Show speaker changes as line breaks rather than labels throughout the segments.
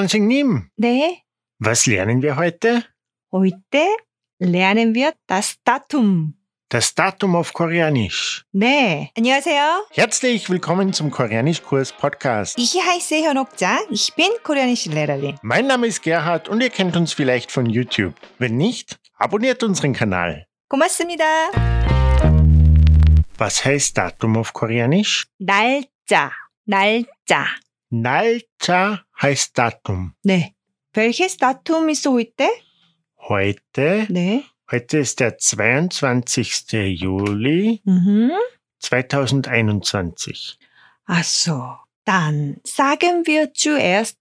선생님,
네,
was lernen wir heute?
heute lernen wir das Datum.
Das Datum auf Koreanisch.
네, 안녕하세요.
Herzlich willkommen zum Koreanischkurs Podcast.
Ich heiße 현옥자. Ich bin koreanische Lehrerin.
Mein Name ist Gerhard und ihr kennt uns vielleicht von YouTube. Wenn nicht, abonniert unseren Kanal.
고맙습니다.
Was heißt Datum auf Koreanisch?
날짜, 날짜.
Nalcha heißt Datum.
네. Welches Datum ist heute?
Heute,
네.
heute ist der 22. Juli
Mhm.
2021.
Ach so. Dann sagen wir zuerst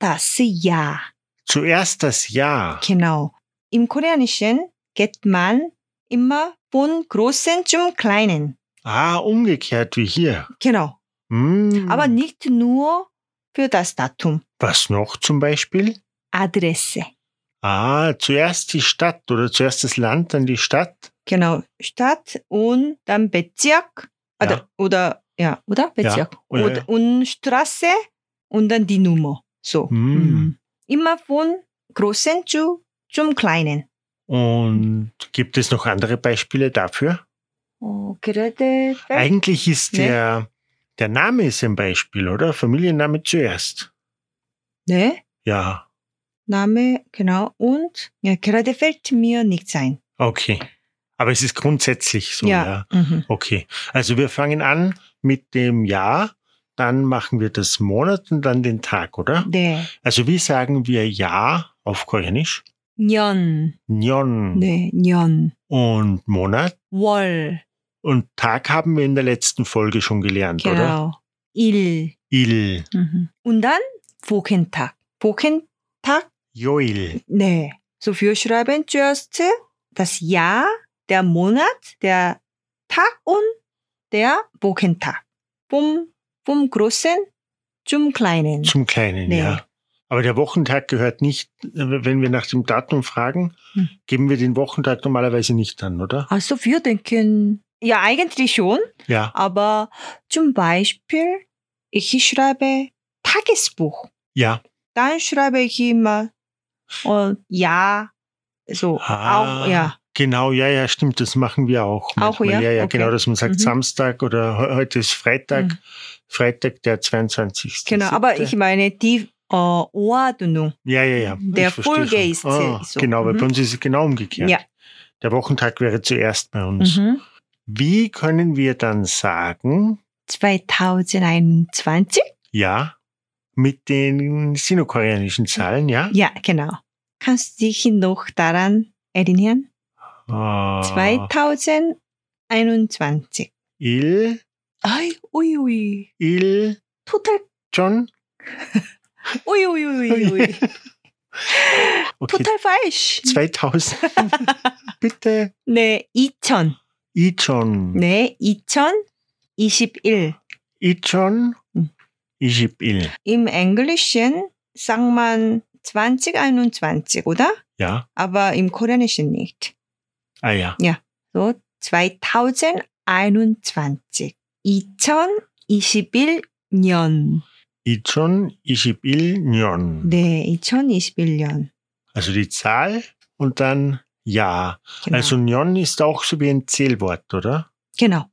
das Jahr.
Zuerst das Jahr.
Genau. Im Koreanischen geht man immer von Großen zum Kleinen.
Ah, umgekehrt wie hier.
Genau.
Hm.
Aber nicht nur für das Datum.
Was noch zum Beispiel?
Adresse.
Ah, zuerst die Stadt oder zuerst das Land, dann die Stadt.
Genau. Stadt und dann Bezirk.
Ja.
아, 네, Oder, oder, ja, oder? Bezirk.
oder-
Und, und Straße und dann die Nummer. So.
Hm.
음. Immer von Großen zu zum Kleinen.
Und gibt es noch andere Beispiele dafür?
어, 그래도
Eigentlich ist
Ne?
der, der Name ist ein Beispiel, oder? Familienname zuerst.
네.
Ja,
Name, genau. Und ja, gerade fällt mir nichts ein.
okay. Aber es ist grundsätzlich so, ja.
Ja. Mhm.
Okay. Also wir fangen an mit dem Jahr, dann machen wir das Monat und dann den Tag, oder?
네.
Also wie sagen wir Jahr auf Koreanisch?
년.
Nyon.
네, 년.
Und Monat?
월.
Und Tag haben wir in der letzten Folge schon gelernt, oder?
genau. 일.
Il,
Und dann Wochentag. Wochentag?
Joil.
네. So wir schreiben zuerst das Jahr, der Monat, der Tag und der Wochentag. Vom, vom Großen zum Kleinen.
Zum Kleinen,
Nee.
ja. Aber der Wochentag gehört nicht, wenn wir nach dem Datum fragen,
Hm.
geben wir den Wochentag normalerweise nicht an, oder?
Also wir denken, ja eigentlich schon,
Ja.
aber zum Beispiel, ich schreibe Tagesbuch.
Ja.
Dann schreibe ich immer äh, Jahr, so
Ah,
auch, ja.
Genau, ja, ja, stimmt. Das machen wir auch.
Auch,
manchmal.
ja?
Ja, ja,
Okay.
genau, dass man sagt
Mhm.
Samstag oder he- heute ist Freitag,
Mhm.
Freitag der 22.
Genau, aber ich meine, die äh, Ordnung.
Ja, ja, ja.
Der
ich verstehe schon.
Vollgeist
Ah,
so.
Genau, weil
Mhm.
bei uns ist es genau umgekehrt.
Ja. Mhm.
Der Wochentag wäre zuerst bei uns. Wie können wir dann sagen,
2021?
ja, mit den sinokoreanischen Zahlen, ja?
Ja, genau. Kannst du dich noch daran erinnern?
Ah,
2021.
Il,
Ai, ui, ui.
il,
Total.
John.
Ui, ui, ui, ui.
Okay,
Total falsch.
2000. Bitte.
네, 2000.
Ichon.
네, 2021.
Ichon.
Mhm.
Ichib il.
Im Englischen sagt man 2021, oder?
Ja,
Aber im Koreanischen nicht.
ah ja.
So 2021. 2021년.
Ichon, Ichib il, Nyon.
네, 2021년.
Also die Zahl und dann Ja.
Genau.
Also Nyon ist auch so wie ein Zählwort, oder?
genau.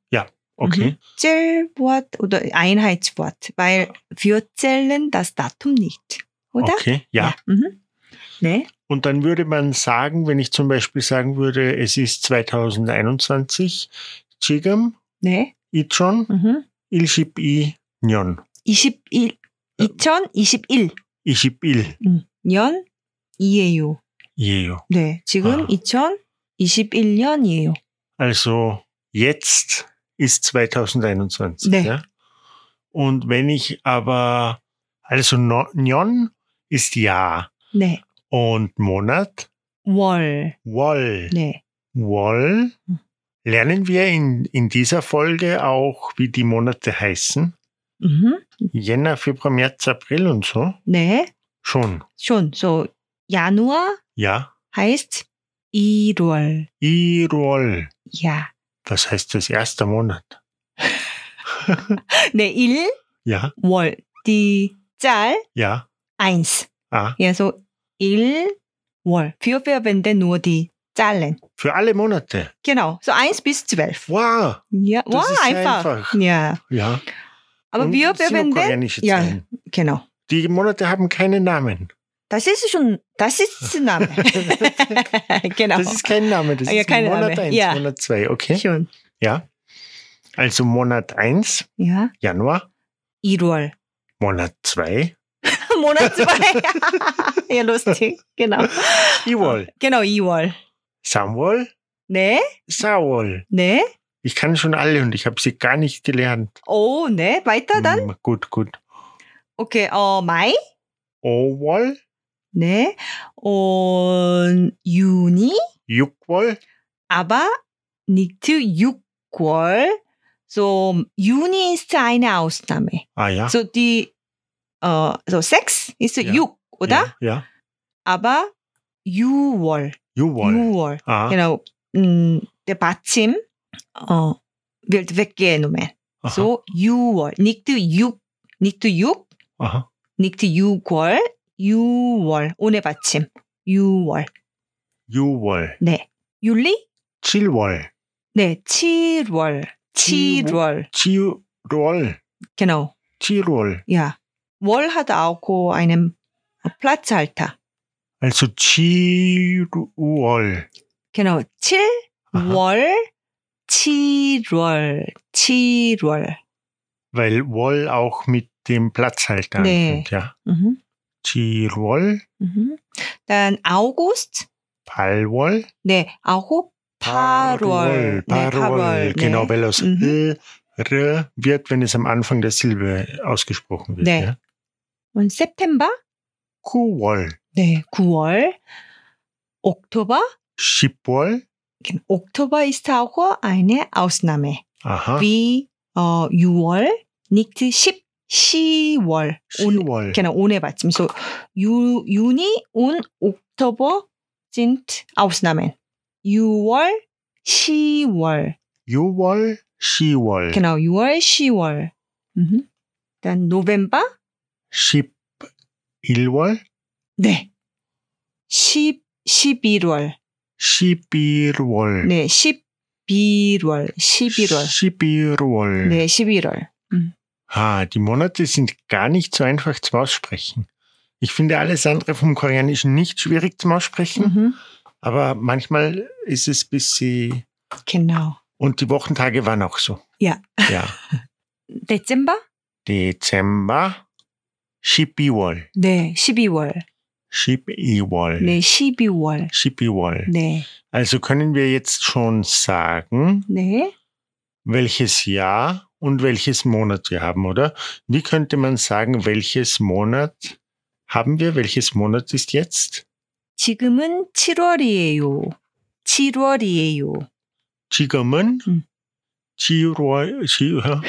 Okay.
Zählwort oder Einheitswort, weil wir zählen das Datum nicht, oder?
Okay, ja.
mhm. 네,
Und dann würde man sagen, wenn ich zum Beispiel sagen würde, es ist 2021, 지금
네.
이천
음.
21년,
21,
어.
2021년
음.
이에요.
예요.
네, 지금
아.
2021년이에요.
Also jetzt ist 2021.
Nee.
Ja? Und wenn ich aber, also no- 년 ist Jahr
네,
und Monat,
월.
월,
네,
월.
Hm.
Lernen wir in, in dieser Folge auch, wie die Monate heißen?
음.
Jänner, Februar, März, April und so?
네.
Schon,
schon. So, Januar
ja.
heißt 1월.
Irol.
Ja.
Was heißt das? Erster Monat.
네, 1월.
Ja,
Die Zahl
ja.
eins.
Ah,
그래서 일, 월. Für verwende nur die Zahlen.
für alle Monate.
Genau. So eins bis zwölf.
Wow.
Ja,
Das
wow,
ist sehr
einfach.
einfach.
Ja.
Ja.
Aber
Und
wir verwenden,
sinokoreanische
Ja.
Zahlen.
genau.
Die Monate haben keinen Namen.
Das ist schon, das ist der Name. genau.
Das ist kein Name, das
Ja,
ist
kein
Monat
Name.
1,
Ja.
Monat 2, okay?
schon.
Ja. Also Monat 1,
Ja.
Januar,
1월.
Monat 2,
Monat zwei. ja, lustig. Genau.
Iwol,
Genau, 2월.
Samwol,
네,
Sawol.
네.
Ich kann schon alle und ich habe sie gar nicht gelernt.
오, 네. weiter dann.
Hm, gut, gut.
Okay, 어, 마이.
Owol,
네. 어, 유니.
Yukwol,
aber nicht 6월. So, Juni ist eine Ausnahme.
ah ja.
So, die, äh, so 6 ist
Ja.
6, oder?
Ja, ja.
Aber 6월. 아.
Yuwol.
6월.
ah,
Genau. 음, der 받침, 어, wird weggenommen.
aha,
So, 6월. Nicht 6, nicht 6,
aha.
nicht 6월, 6월. ohne 받침. 6월.
Yuwol,
네. 율리?
Chilwol,
네, 7월. 7월.
Chirol,
Genau.
Chirol.
Ja. 월 hat auch einen Platzhalter.
Also Chirol.
genau. 7,
Aha.
월, 7월. 7월.
Weil Woll auch mit dem Platzhalter
Nee.
anfängt, ja.
Mhm.
Chirol,
Mhm. Dann August.
Palwol,
네, 아홉. 8월. 네,
Parol.
8월.
Genau, weil aus
Mhm.
L, R wird, wenn es am Anfang der Silbe ausgesprochen wird.
Nee.
Ja.
네. September.
Kuwol,
네, 9월. 옥토버.
Schipwol,
옥토버 ist auch eine Ausnahme.
aha,
wie 어, 6월, 닉트 10, 10월. 온,
Schiwol,
genau, 온에 받침. So, 유, 유니, 온, 옥토버, 진트, 아웃스나멘. 6월, 10월.
Juwol, Schiwol,
Genau, 6월, 10월. Mhm. Dann November,
Schip, Ilwol,
네. 10, 11월.
Schipirwol,
네, 11월. 11월.
Schipirwol.
네, 11월.
Ah, die Monate sind gar nicht so einfach zum Aussprechen. Ich finde alles andere vom Koreanischen nicht schwierig zum Aussprechen,
Mhm.
aber manchmal ist es bis sie.
Genau.
Und die Wochentage waren auch so.
Ja.
Ja.
Dezember?
Dezember, 12월,
네, 12월.
12월,
네, 12월.
12월.
네,
Also können wir jetzt schon sagen,
네.
welches Jahr und welches Monat wir haben, oder? Wie könnte man sagen, welches Monat haben wir? Welches Monat ist jetzt?
지금은 7월이에요. 7월이에요.
지금은
음.
7월, 7월,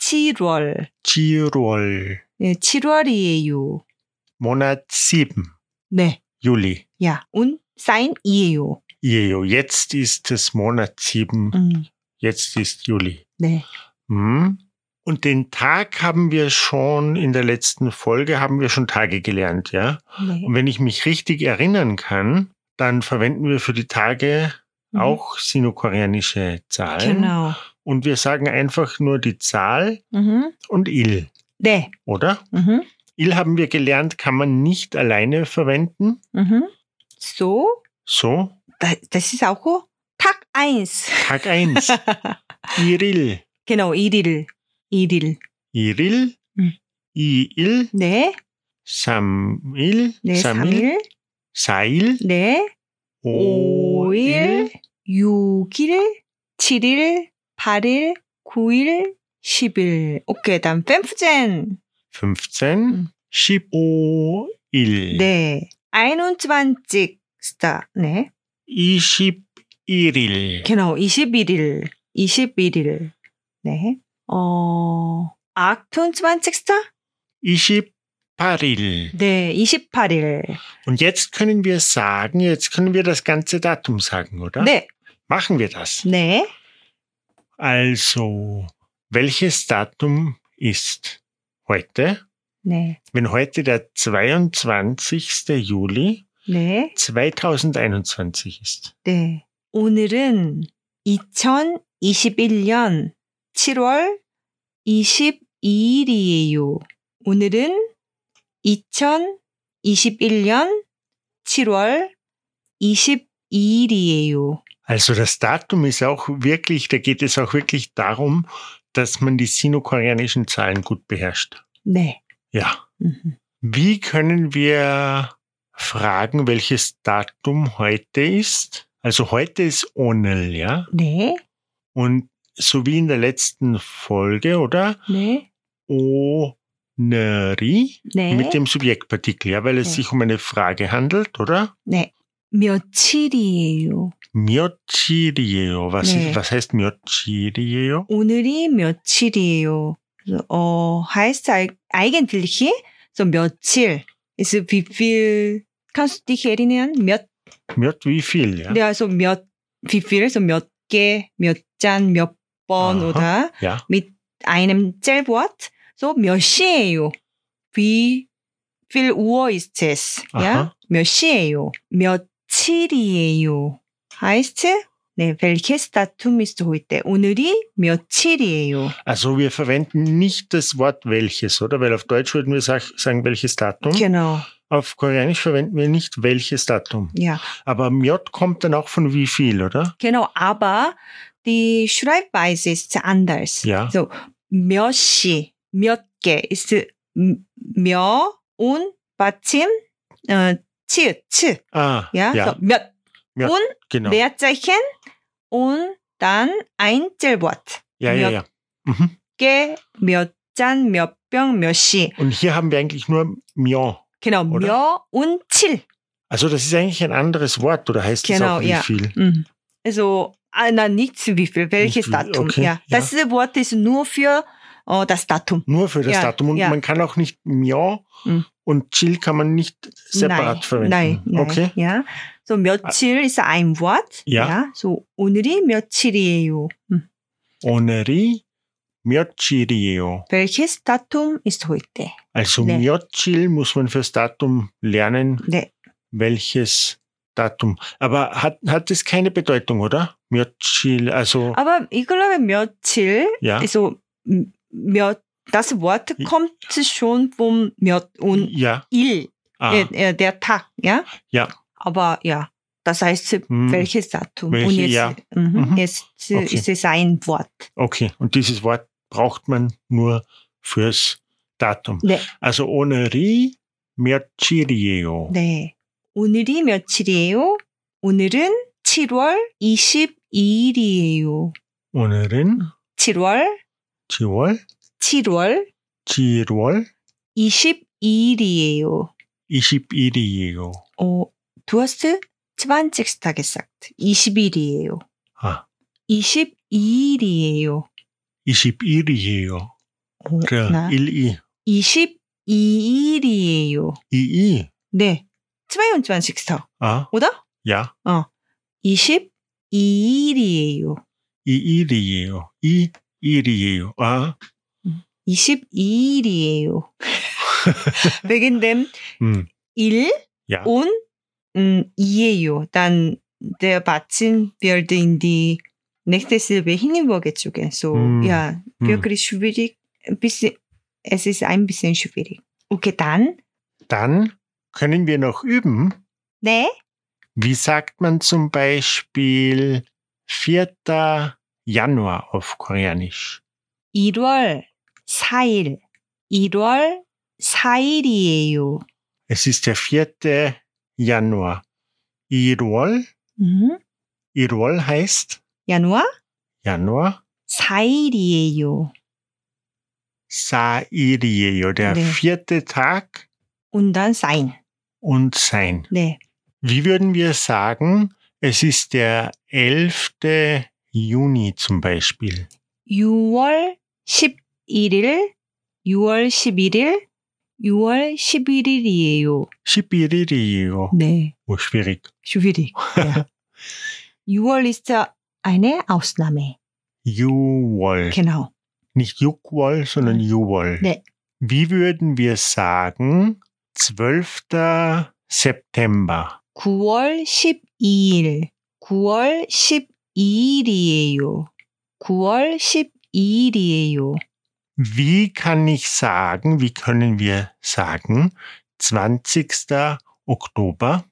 7월.
7월
네, 7월이에요.
Monat 7,
네.
Juli.
야, 운 사인이에요.
Jejo, jetzt ist es Monat 7,
음.
jetzt ist Juli.
네.
Hm. Und den Tag haben wir schon in der letzten Folge, haben wir schon Tage gelernt, ja?
네.
Und wenn ich mich richtig erinnern kann, dann verwenden wir für die Tage auch sinokoreanische Zahlen.
Mhm. Genau.
Und wir sagen einfach nur die Zahl
Mhm.
und il,
네.
oder?
Mhm.
Il haben wir gelernt, kann man nicht alleine verwenden.
Mhm. So,
So,
das, das ist auch Tag 1.
Tag 1. Iril.
genau, 1일. 1일.
Iril.
Mhm.
Iil.
네.
Samil.
네,
Samil.
3일.
Sail.
네. 5일, 6일, 7일, 8일, 9일, 10일. 오케이, 다음 뱀프젠.
15.
Mhm.
Shiboil.
네. 아이논츠반찍 스타. 네.
Ishibiril.
genau, 21일. 21일. 네. 어, 악톤츠반찍 스타?
Ishiparil.
네, 28일.
Und jetzt können wir sagen, jetzt können wir das ganze Datum sagen, oder?
네.
Machen wir das.
네.
Also, welches Datum ist heute?
네.
Wenn heute der 22. Juli
네.
2021 ist.
네. 오늘은 2021년 7월 22일이에요. 오늘은 2021년 7월 22일이에요.
Also das Datum ist auch wirklich, da geht es auch wirklich darum, dass man die sinokoreanischen Zahlen gut beherrscht.
네.
Ja.
음.
Wie können wir fragen, welches Datum heute ist? Also heute ist Onel, ja?
네.
Und so wie in der letzten Folge, oder?
네.
Oneri
네.
mit dem Subjektpartikel, ja, weil es
Ja.
sich um eine Frage handelt, oder?
네. 며칠이에요.
Myochirieo. Was,
Nee.
was heißt Myochirieo?
오늘이 며칠이에요. 그래서, 어, heißt eig- eigentlich so 며칠. Ist wie viel? Kannst du dich erinnern? 몇?
Myot wie viel, ja?
네, also 몇 wie viel? So 몇 개, 몇 잔, 몇 번,
아하.
oder
Ja.
mit einem Zellwort. So 몇 시예요? Wie viel Uhr ist es?
아하.
Ja? 몇 시예요? 며칠이에요. heißt 네, welches Datum ist heute? 오늘이 며칠이에요.
Also wir verwenden nicht das Wort welches, oder? Weil auf Deutsch würden wir sag, sagen, welches Datum.
Genau,
Auf Koreanisch verwenden wir nicht welches Datum.
ja.
Aber Mjot kommt dann auch von wie viel, oder?
Genau, aber die Schreibweise ist anders.
Ja.
So, 몇 시, 몇 개 ist 음, 몇 und 받침, äh, 치, 치.
Ah,
Ja, So, 몇,
Mjot,
und
genau.
Leerzeichen und dann ein Zellwort.
ja, ja, ja. Mhm.
개, 몇 잔, 몇 병, 몇 시.
Und hier haben wir eigentlich nur Mjot.
Genau,
Oder?
몇 und 칠.
Also das ist eigentlich ein anderes Wort, oder heißt es
Genau,
auch wie
ja.
viel?
Mhm. Also, ah, na, nicht wie viel, welches
wie-
Datum.
okay, ja.
ja. Das Wort ist nur für äh, das Datum.
Nur für das
Ja,
Datum. Und
ja.
man kann auch nicht Mjot
Mhm.
und Chill kann man nicht separat
nein,
verwenden.
Nein, nein.
Okay.
Ja. So, 며칠 ist ein Wort.
Ja.
So, 오늘이 며칠이에요. 음.
Oneri Myochirieo.
Welches Datum ist heute?
Also
Nee.
Myochil muss man fürs Datum lernen,
네.
welches Datum. Aber hat, hat es keine Bedeutung, oder? Myochil, also
Aber ich glaube, 며칠,
ja.
also, m- 음, 몇, das Wort
I-
kommt schon vom 몇 und
ja.
일,
Ah,
äh, äh, der Tag, ja?
Ja.
Aber ja, das heißt,
hm,
welches Datum?
Welche,
und jetzt,
ja.
mhm,
Mhm.
jetzt äh,
Okay.
ist es ein Wort.
Okay. Und dieses Wort braucht man nur fürs Datum.
네,
Also Oneri Myochirieo.
네. 오늘이 며칠이에요? 오늘은 7월 22일이에요.
Onerin
7월,
Chiwol
7월
Chirwol
22일이에요.
Ishipirieo.
어, du hast 20sta gesagt. 20일이에요.
Ah,
22일이에요.
Ishipirieo.
어,
Oder
나
Il-I.
22일이에요.
I-I.
네. 22sta,
Ah,
oder?
ja.
22일이에요.
I-I-Rieo. I-I-Rieo. Ah,
22일이에요. wegen dem
hm.
일
Ja.
und 음, 이에요. Dann der Batzen wird in die nächste Silbe hinübergezogen. So,
Hm.
ja,
Hm.
wirklich schwierig. Ein bisschen, es ist ein bisschen schwierig. Okay, dann,
Dann können wir noch üben.
ne?
Wie sagt man zum Beispiel 4. Januar auf Koreanisch?
1월 4일. 1월 4일이에요.
Es ist der 4. Januar. Irol.
음?
Irol heißt
연화
Januar.
4일이에요.
Sairieo, der
Nee.
vierte Tag
Und dann sein.
und sein.
네.
Wie würden wir sagen, es ist der 11. Juni zum Beispiel?
6월 11일, 6월 11일, 6월 11일이에요.
Shipiririo.
네.
Oh, schwierig.
schwierig. Ja. 6월 ist ja eine Ausnahme.
Juwol.
Genau.
Nicht Jukwol, sondern Juwol.
Nee.
Wie würden wir sagen, 12. September?
9월 12일. 9월 12일이에요. 9월 12일이에요.
Wie kann ich sagen, wie können wir sagen, 20. Oktober?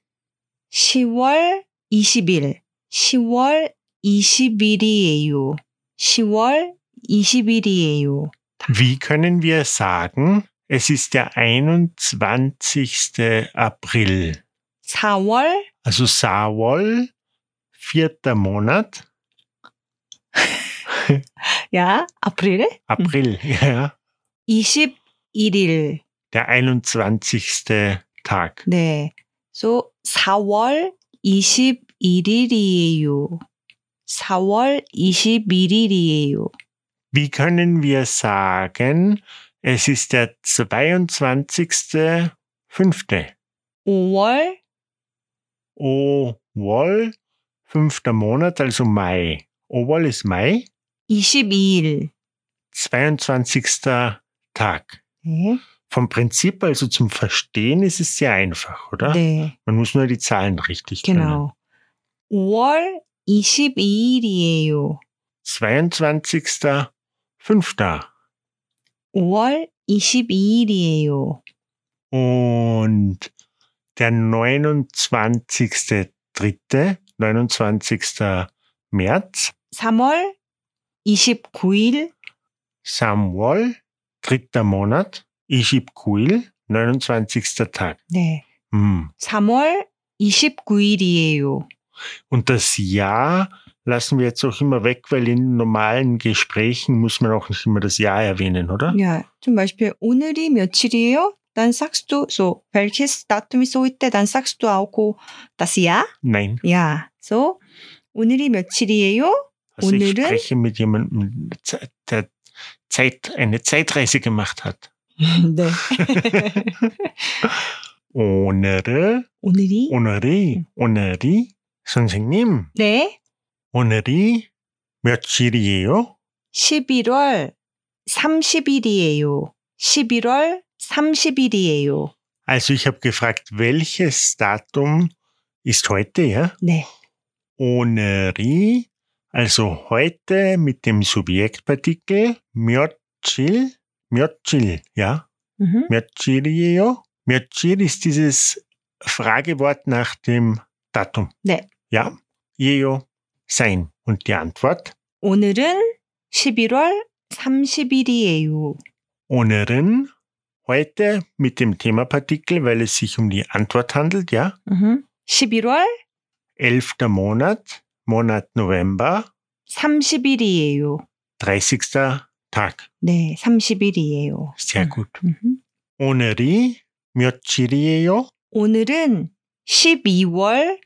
10월 20일. 10월 20일이에요. 10월 20일이에요.
Wie können wir sagen, es ist der 21. April?
4월
Also Sawol, vierter Monat,
야, 아프릴
April, ja,
21일.
der 21. Tag.
네. So 4월 21일이에요. 4월 21일이에요.
Wie können wir sagen, es ist der 22. Fünfte?
5월
Owol, fünfter Monat, also Mai. Owol ist Mai,
22일.
22. Tag.
네.
Vom Prinzip also zum Verstehen ist es sehr einfach, oder?
네.
Man muss nur die Zahlen richtig kennen.
Genau. 5월 22일이에요.
22. Fünfter.
5월 22일이에요.
Und der 29. Dritte, 29. März,
3월 29일.
Samwol, dritter Monat, Ishibkuil, 29. Tag.
네.
Hm.
3월 29일이에요.
Und das Jahr lassen wir jetzt auch immer weg, weil in normalen Gesprächen muss man auch nicht immer das Jahr erwähnen, oder?
야, 좀 말씀해. 오늘이 며칠이에요? 난 삭스도 so welches Datum ist heute? 난 삭스도 auch das Jahr?
Nein.
야. So 오늘이 며칠이에요?
Also ich
Unnötig?
spreche mit jemandem, der Zeit, eine Zeitreise gemacht hat.
네.
오늘은
오늘이
오늘이 오늘이 선생님
네.
오늘이 며칠이에요?
11월 30일이에요. 11월 30일이에요.
Also ich habe gefragt, welches Datum ist heute, ja?
네.
오늘이 also heute mit dem Subjektpartikel 며칠 며칠, ja?
음.
며칠이에요? 며칠 ist dieses Fragewort nach dem Datum.
네.
Ja, 예요, sein. Und die Antwort?
오늘은 11월 30일이에요.
오늘은 heute mit dem Themapartikel, weil es sich um die Antwort handelt, ja?
11월
Elfter Monat, Monat November,
30일이에요.
30. Tag.
네, 30일이에요.
Sehr gut.
음.
오늘이 며칠이에요?
오늘은 12월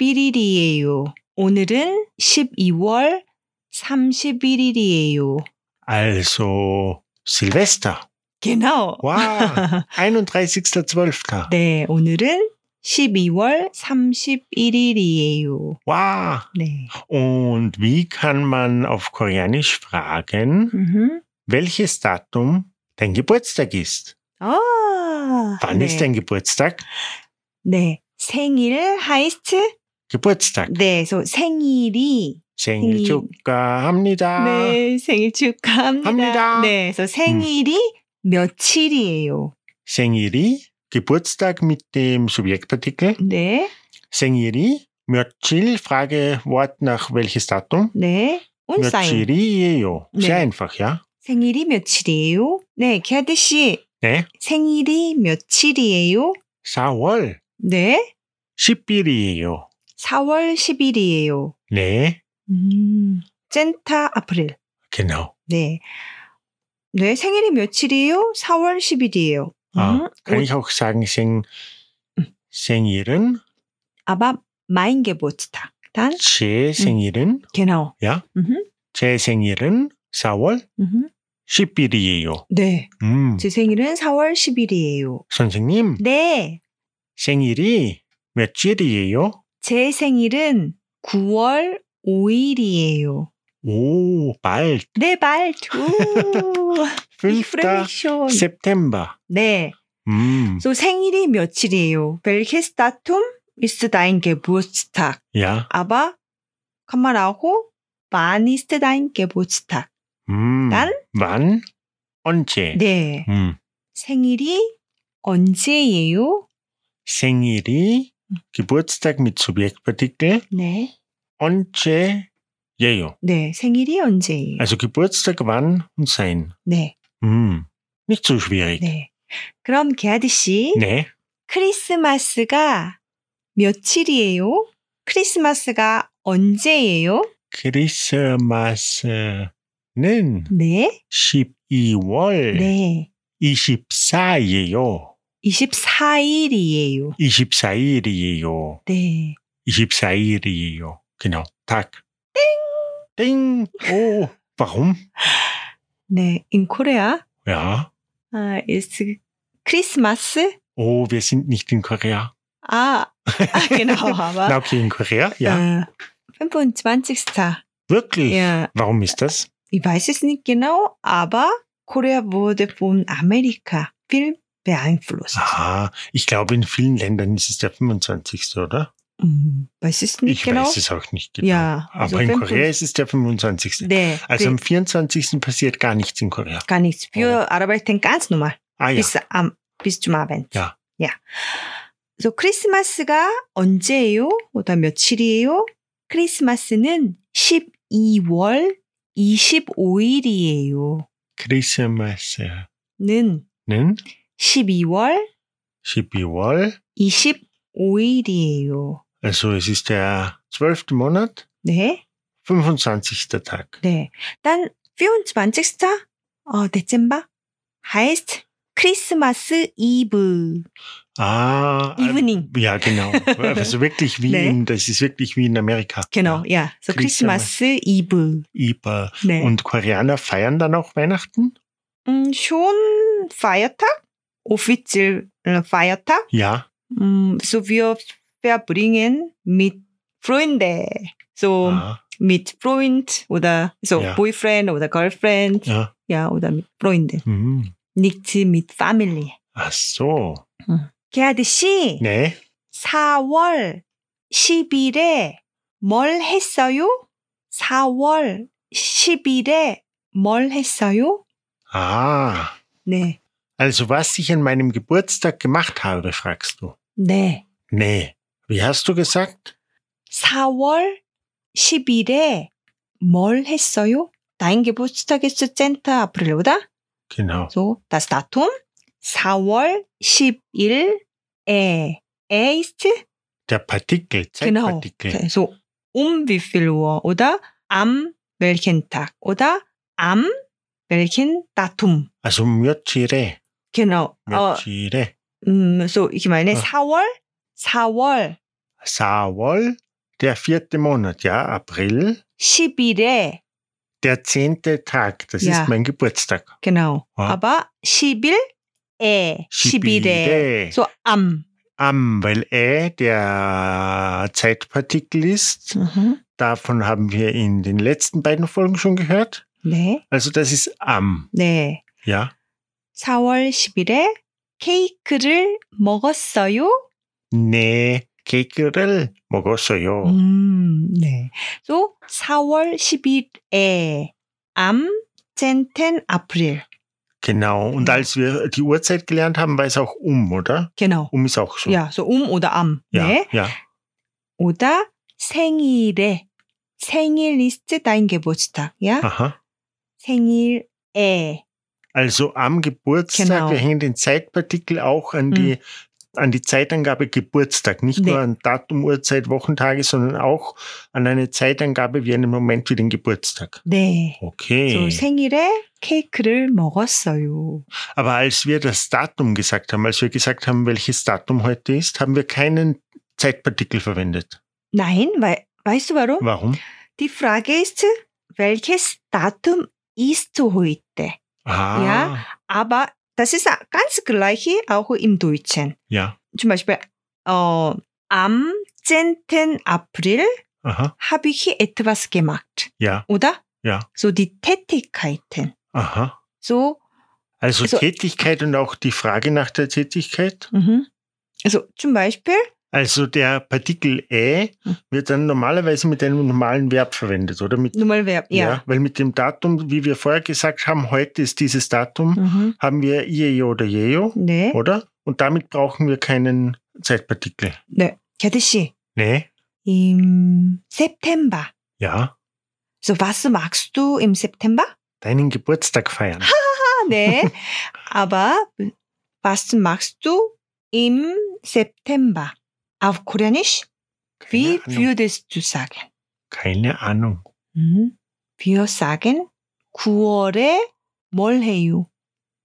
31일이에요. 오늘은 12월 31일이에요.
Also Silvester.
Genau.
Wow, 31.12.
네, 오늘은 12월 31일이에요.
Wow.
네.
Und wie kann man auf Koreanisch fragen,
음흠.
welches Datum dein Geburtstag ist?
아.
Wann
네.
ist dein Geburtstag?
네. 생일 하이스트?
Geburtstag.
네, so 생일이
생일
생일.
축하합니다.
네, 생일
아.
축하합니다.
합니다. 음.
네, 그래서 생일이 며칠이에요.
생일이 Geburtstag mit dem Subjektpartikel.
네,
생일이 며칠 Fragewort nach welches Datum?
네. 온사인.
며칠이에요. Sehr
네.
einfach, ja?
생일이 며칠이에요? 네, 캐드 씨.
네.
생일이 며칠이에요?
4월
네,
10일이에요.
4월 10일이에요.
네,
음. 젠타 아프릴.
genau.
네. 네, 생일이 며칠이에요? 4월 10일이에요. 음,
Ah, kann ich auch sagen, 생, 생일은
아바 마인 게보츠타. 단, 음.
제 생일은
게나오.
야?
음흠,
제 생일은 4월
음흠.
10일이에요.
네.
음,
제 생일은 4월 10일이에요.
선생님
네.
생일이 며칠이에요?
제 생일은 9월 5일이에요.
Oh, bald.
네, bald. Uh,
그러니까.
ich freue
5.
mich schon.
September.
네.
Hm,
So 생일이 며칠이에요? Welches Datum ist dein Geburtstag?
ja.
Aber kann man auch wann ist dein Geburtstag?
hm.
Dann?
Wann? 언제?
네.
음,
생일이 언제예요?
생일이
음.
Geburtstag mit Subjektpartikel
네.
언제예요.
네, 생일이 언제예요?
Also Geburtstag, wann und sein.
네.
음, nicht so schwierig.
네. 그럼 개아디 씨,
네.
크리스마스가 며칠이에요? 크리스마스가 언제예요?
크리스마스는
네.
12월
네.
24예요.
24일이에요.
24일이에요.
네.
24일이에요. Genau. Tag. Ding. Ding. Oh, warum?
네. In Korea
Ja.
uh, ist Christmas.
Oh, wir sind nicht in Korea.
Ah, ah, genau,
Na,
aber
okay, in Korea, ja.
äh, 25.
Wirklich?
Ja,
Warum ist das?
ich weiß es nicht genau, aber Korea wurde von Amerika viel beeinflusst.
Aha, ich glaube, in vielen Ländern ist es der 25. oder?
Hm, weiß es nicht
Ich
genau.
weiß es auch nicht genau.
Ja, also
Aber in
25.
Korea ist es der 25.
Nee,
Also
wir-
am 24. passiert gar nichts in Korea.
gar nichts. Wir arbeiten ganz normal
Ah ja,
bis, am, bis zum Abend.
Ja.
Ja. So, 크리스마스가 언제예요? 보다 며칠이에요? 크리스마스는 12월 25일이에요.
Christmas. äh,
는
는
12월
12월,
25일이에요.
also es ist der 12. Monat,
네.
25. Tag.
네. 단 24. 어, Dezember heißt 크리스마스 이브.
Ah, äh,
Evening.
ja, genau. Also wirklich wie
Nee.
in, das ist wirklich wie in Amerika.
Genau. Ja. So
아, 크리스마스. 음.
크리스마스 이브.
Iba.
네.
Und Koreaner feiern dann auch Weihnachten?
음, schon Feiertag? Offiziell äh, Feiertag?
Ja.
음, so wir verbringen mit Freunde. So
Ah,
mit Freund oder so
Ja.
Boyfriend oder Girlfriend. Ja.
ja.
oder mit Freunden.
Hm.
Nicht mit Family.
Ach so.
개아드 씨,
Nee.
4월 10일에 뭘 했어요? 4월 10일에 뭘 했어요?
Ah.
네,
Also was ich an meinem Geburtstag gemacht habe, fragst du.
네.
Nee. Wie hast du gesagt?
4월 10일에 뭘 했어요? Dein Geburtstag ist 10. April, oder?
Genau.
So, das Datum 4월 10일에 에 ist
Der Partikel,
genau.
Zeitpartikel.
So, um wie viel Uhr oder am welchen Tag oder am welchen Datum.
Also 며칠에,
Genau. 어,
며칠에.
음, so, ich meine,
아.
4월, 4월
4월, der vierte Monat, ja, April,
10일에,
der zehnte Tag, das
Ja.
ist mein Geburtstag.
genau.
아.
Aber 10일에, 10일에.
Sibire.
So, am.
Am, weil ä der Zeitpartikel ist.
Mhm.
Davon haben wir in den letzten beiden Folgen schon gehört.
네,
Also das ist am,
네.
ja.
4월 10일에 케이크를 먹었어요.
네, 케이크를 먹었어요.
Mhm. 음, 네. So, 4월 10일에 am 10. April.
Genau. Und
Ja.
als wir die Uhrzeit gelernt haben, war es auch um, oder?
Genau.
Um ist auch so.
Ja, so um oder am.
ja,
네.
ja.
oder 생일에 생일 ist dein Geburtstag, ja?
Aha.
생일에
Also am Geburtstag,
Genau. Mhm.
wir hängen den Zeitpartikel auch an die, an die Zeitangabe Geburtstag. Nicht
Nee.
nur an Datum, Uhrzeit, Wochentage, sondern auch an eine Zeitangabe wie einen Moment wie den Geburtstag.
네. So,
Okay.
생일에 케이크를 먹었어요.
Aber als wir das Datum gesagt haben, als wir gesagt haben, welches Datum heute ist, haben wir keinen Zeitpartikel verwendet.
Nein, weil, weißt du warum?
Warum?
Die Frage ist, welches Datum ist heute?
Ah,
Ja. Aber das ist ganz gleich auch im Deutschen.
Ja.
Zum Beispiel, äh, am 10. April
Aha.
habe ich etwas gemacht,
Ja.
oder?
Ja.
So die Tätigkeiten.
Aha.
So,
Also
Also-
Tätigkeit und auch die Frage nach der Tätigkeit.
mhm. also zum Beispiel,
Also der Partikel ä
Hm.
wird dann normalerweise mit einem normalen Verb verwendet, oder? Mit,
nochmal Verb, ja.
Weil mit dem Datum, wie wir vorher gesagt haben, heute ist dieses Datum,
Mhm.
haben wir iejo oder jejo,
네.
oder? Und damit brauchen wir keinen Zeitpartikel.
네. 게드 씨,
Nee?
im September.
Ja.
So, was magst du im September?
Deinen Geburtstag feiern.
Ah, 네. Aber was magst du im September? 아, Auf Koreanisch? Wie
Keine Ahnung.
würdest du sagen?
Keine Ahnung.
음, wir sagen 9월에 뭘 해요?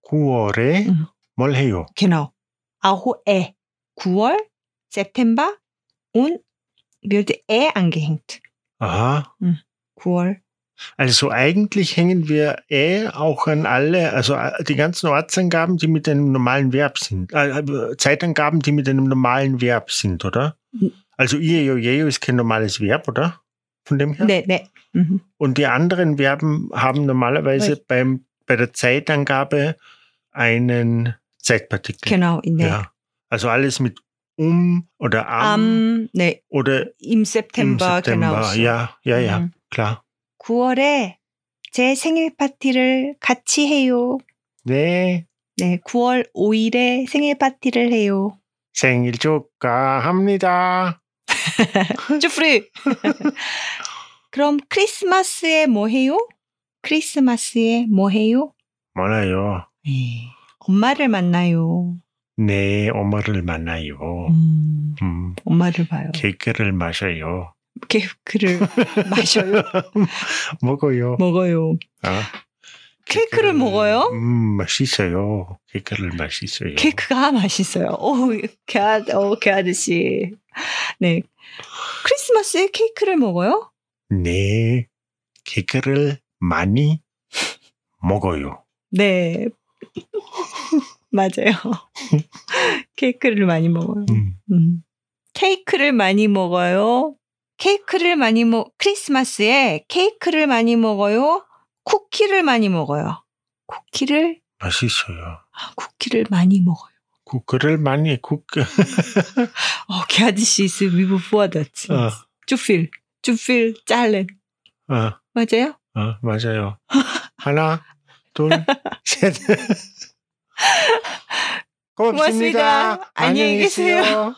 Kuore
Mhm.
molheo.
Genau. Auch ä. 9월, September und wird ä angehängt.
Aha.
9월.
Also eigentlich hängen wir ä auch an alle, also äh, die ganzen Ortsangaben, die mit einem normalen Verb sind, äh, äh, Zeitangaben, die mit einem normalen Verb sind, oder?
Mhm.
Also iejo, jejo ist kein normales Verb, oder? Von dem her?
네, 네. 음,
Und die anderen Verben haben normalerweise beim, bei der Zeitangabe einen Zeitpartikel.
genau, 네. in der.
Ja. Also alles mit um oder am
Am, 네,
oder
im
im
September,
September.
genau. so.
Ja, ja, ja,
음.
klar.
9월에 제 생일 파티를 같이 해요.
네.
네, 9월 5일에 생일 파티를 해요.
생일 축하합니다.
쭈프리. 그럼 크리스마스에 뭐 해요? 크리스마스에 뭐 해요?
만나요.
예, 엄마를 만나요.
네, 엄마를 만나요.
음,
음,
엄마를 봐요.
케이크를 마셔요.
이렇게 그를 마셔요,
먹어요.
먹어요.
아,
케이크를 뭐, 먹어요?
음, 맛있어요. 케이크를 맛있어요.
케이크가 맛있어요. 오, 그 아, 오, 그 아저씨. 네, 크리스마스에 케이크를 먹어요?
네, 케이크를 많이 먹어요.
네, 맞아요. 케이크를 많이 먹어요.
음.
음. 케이크를 많이 먹어요. 케이크를 많이 먹 크리스마스에 케이크를 많이 먹어요. 쿠키를 많이 먹어요. 쿠키를
맛있어요.
아, 쿠키를 많이 먹어요.
국을 많이 국.
어, 걔 아저씨 있어 미국 부하다치.
어,
주필, 주필 짤렌
어,
맞아요?
어, 맞아요. 하나, 둘, 셋. 고맙습니다.
고맙습니다. 안녕히 계세요.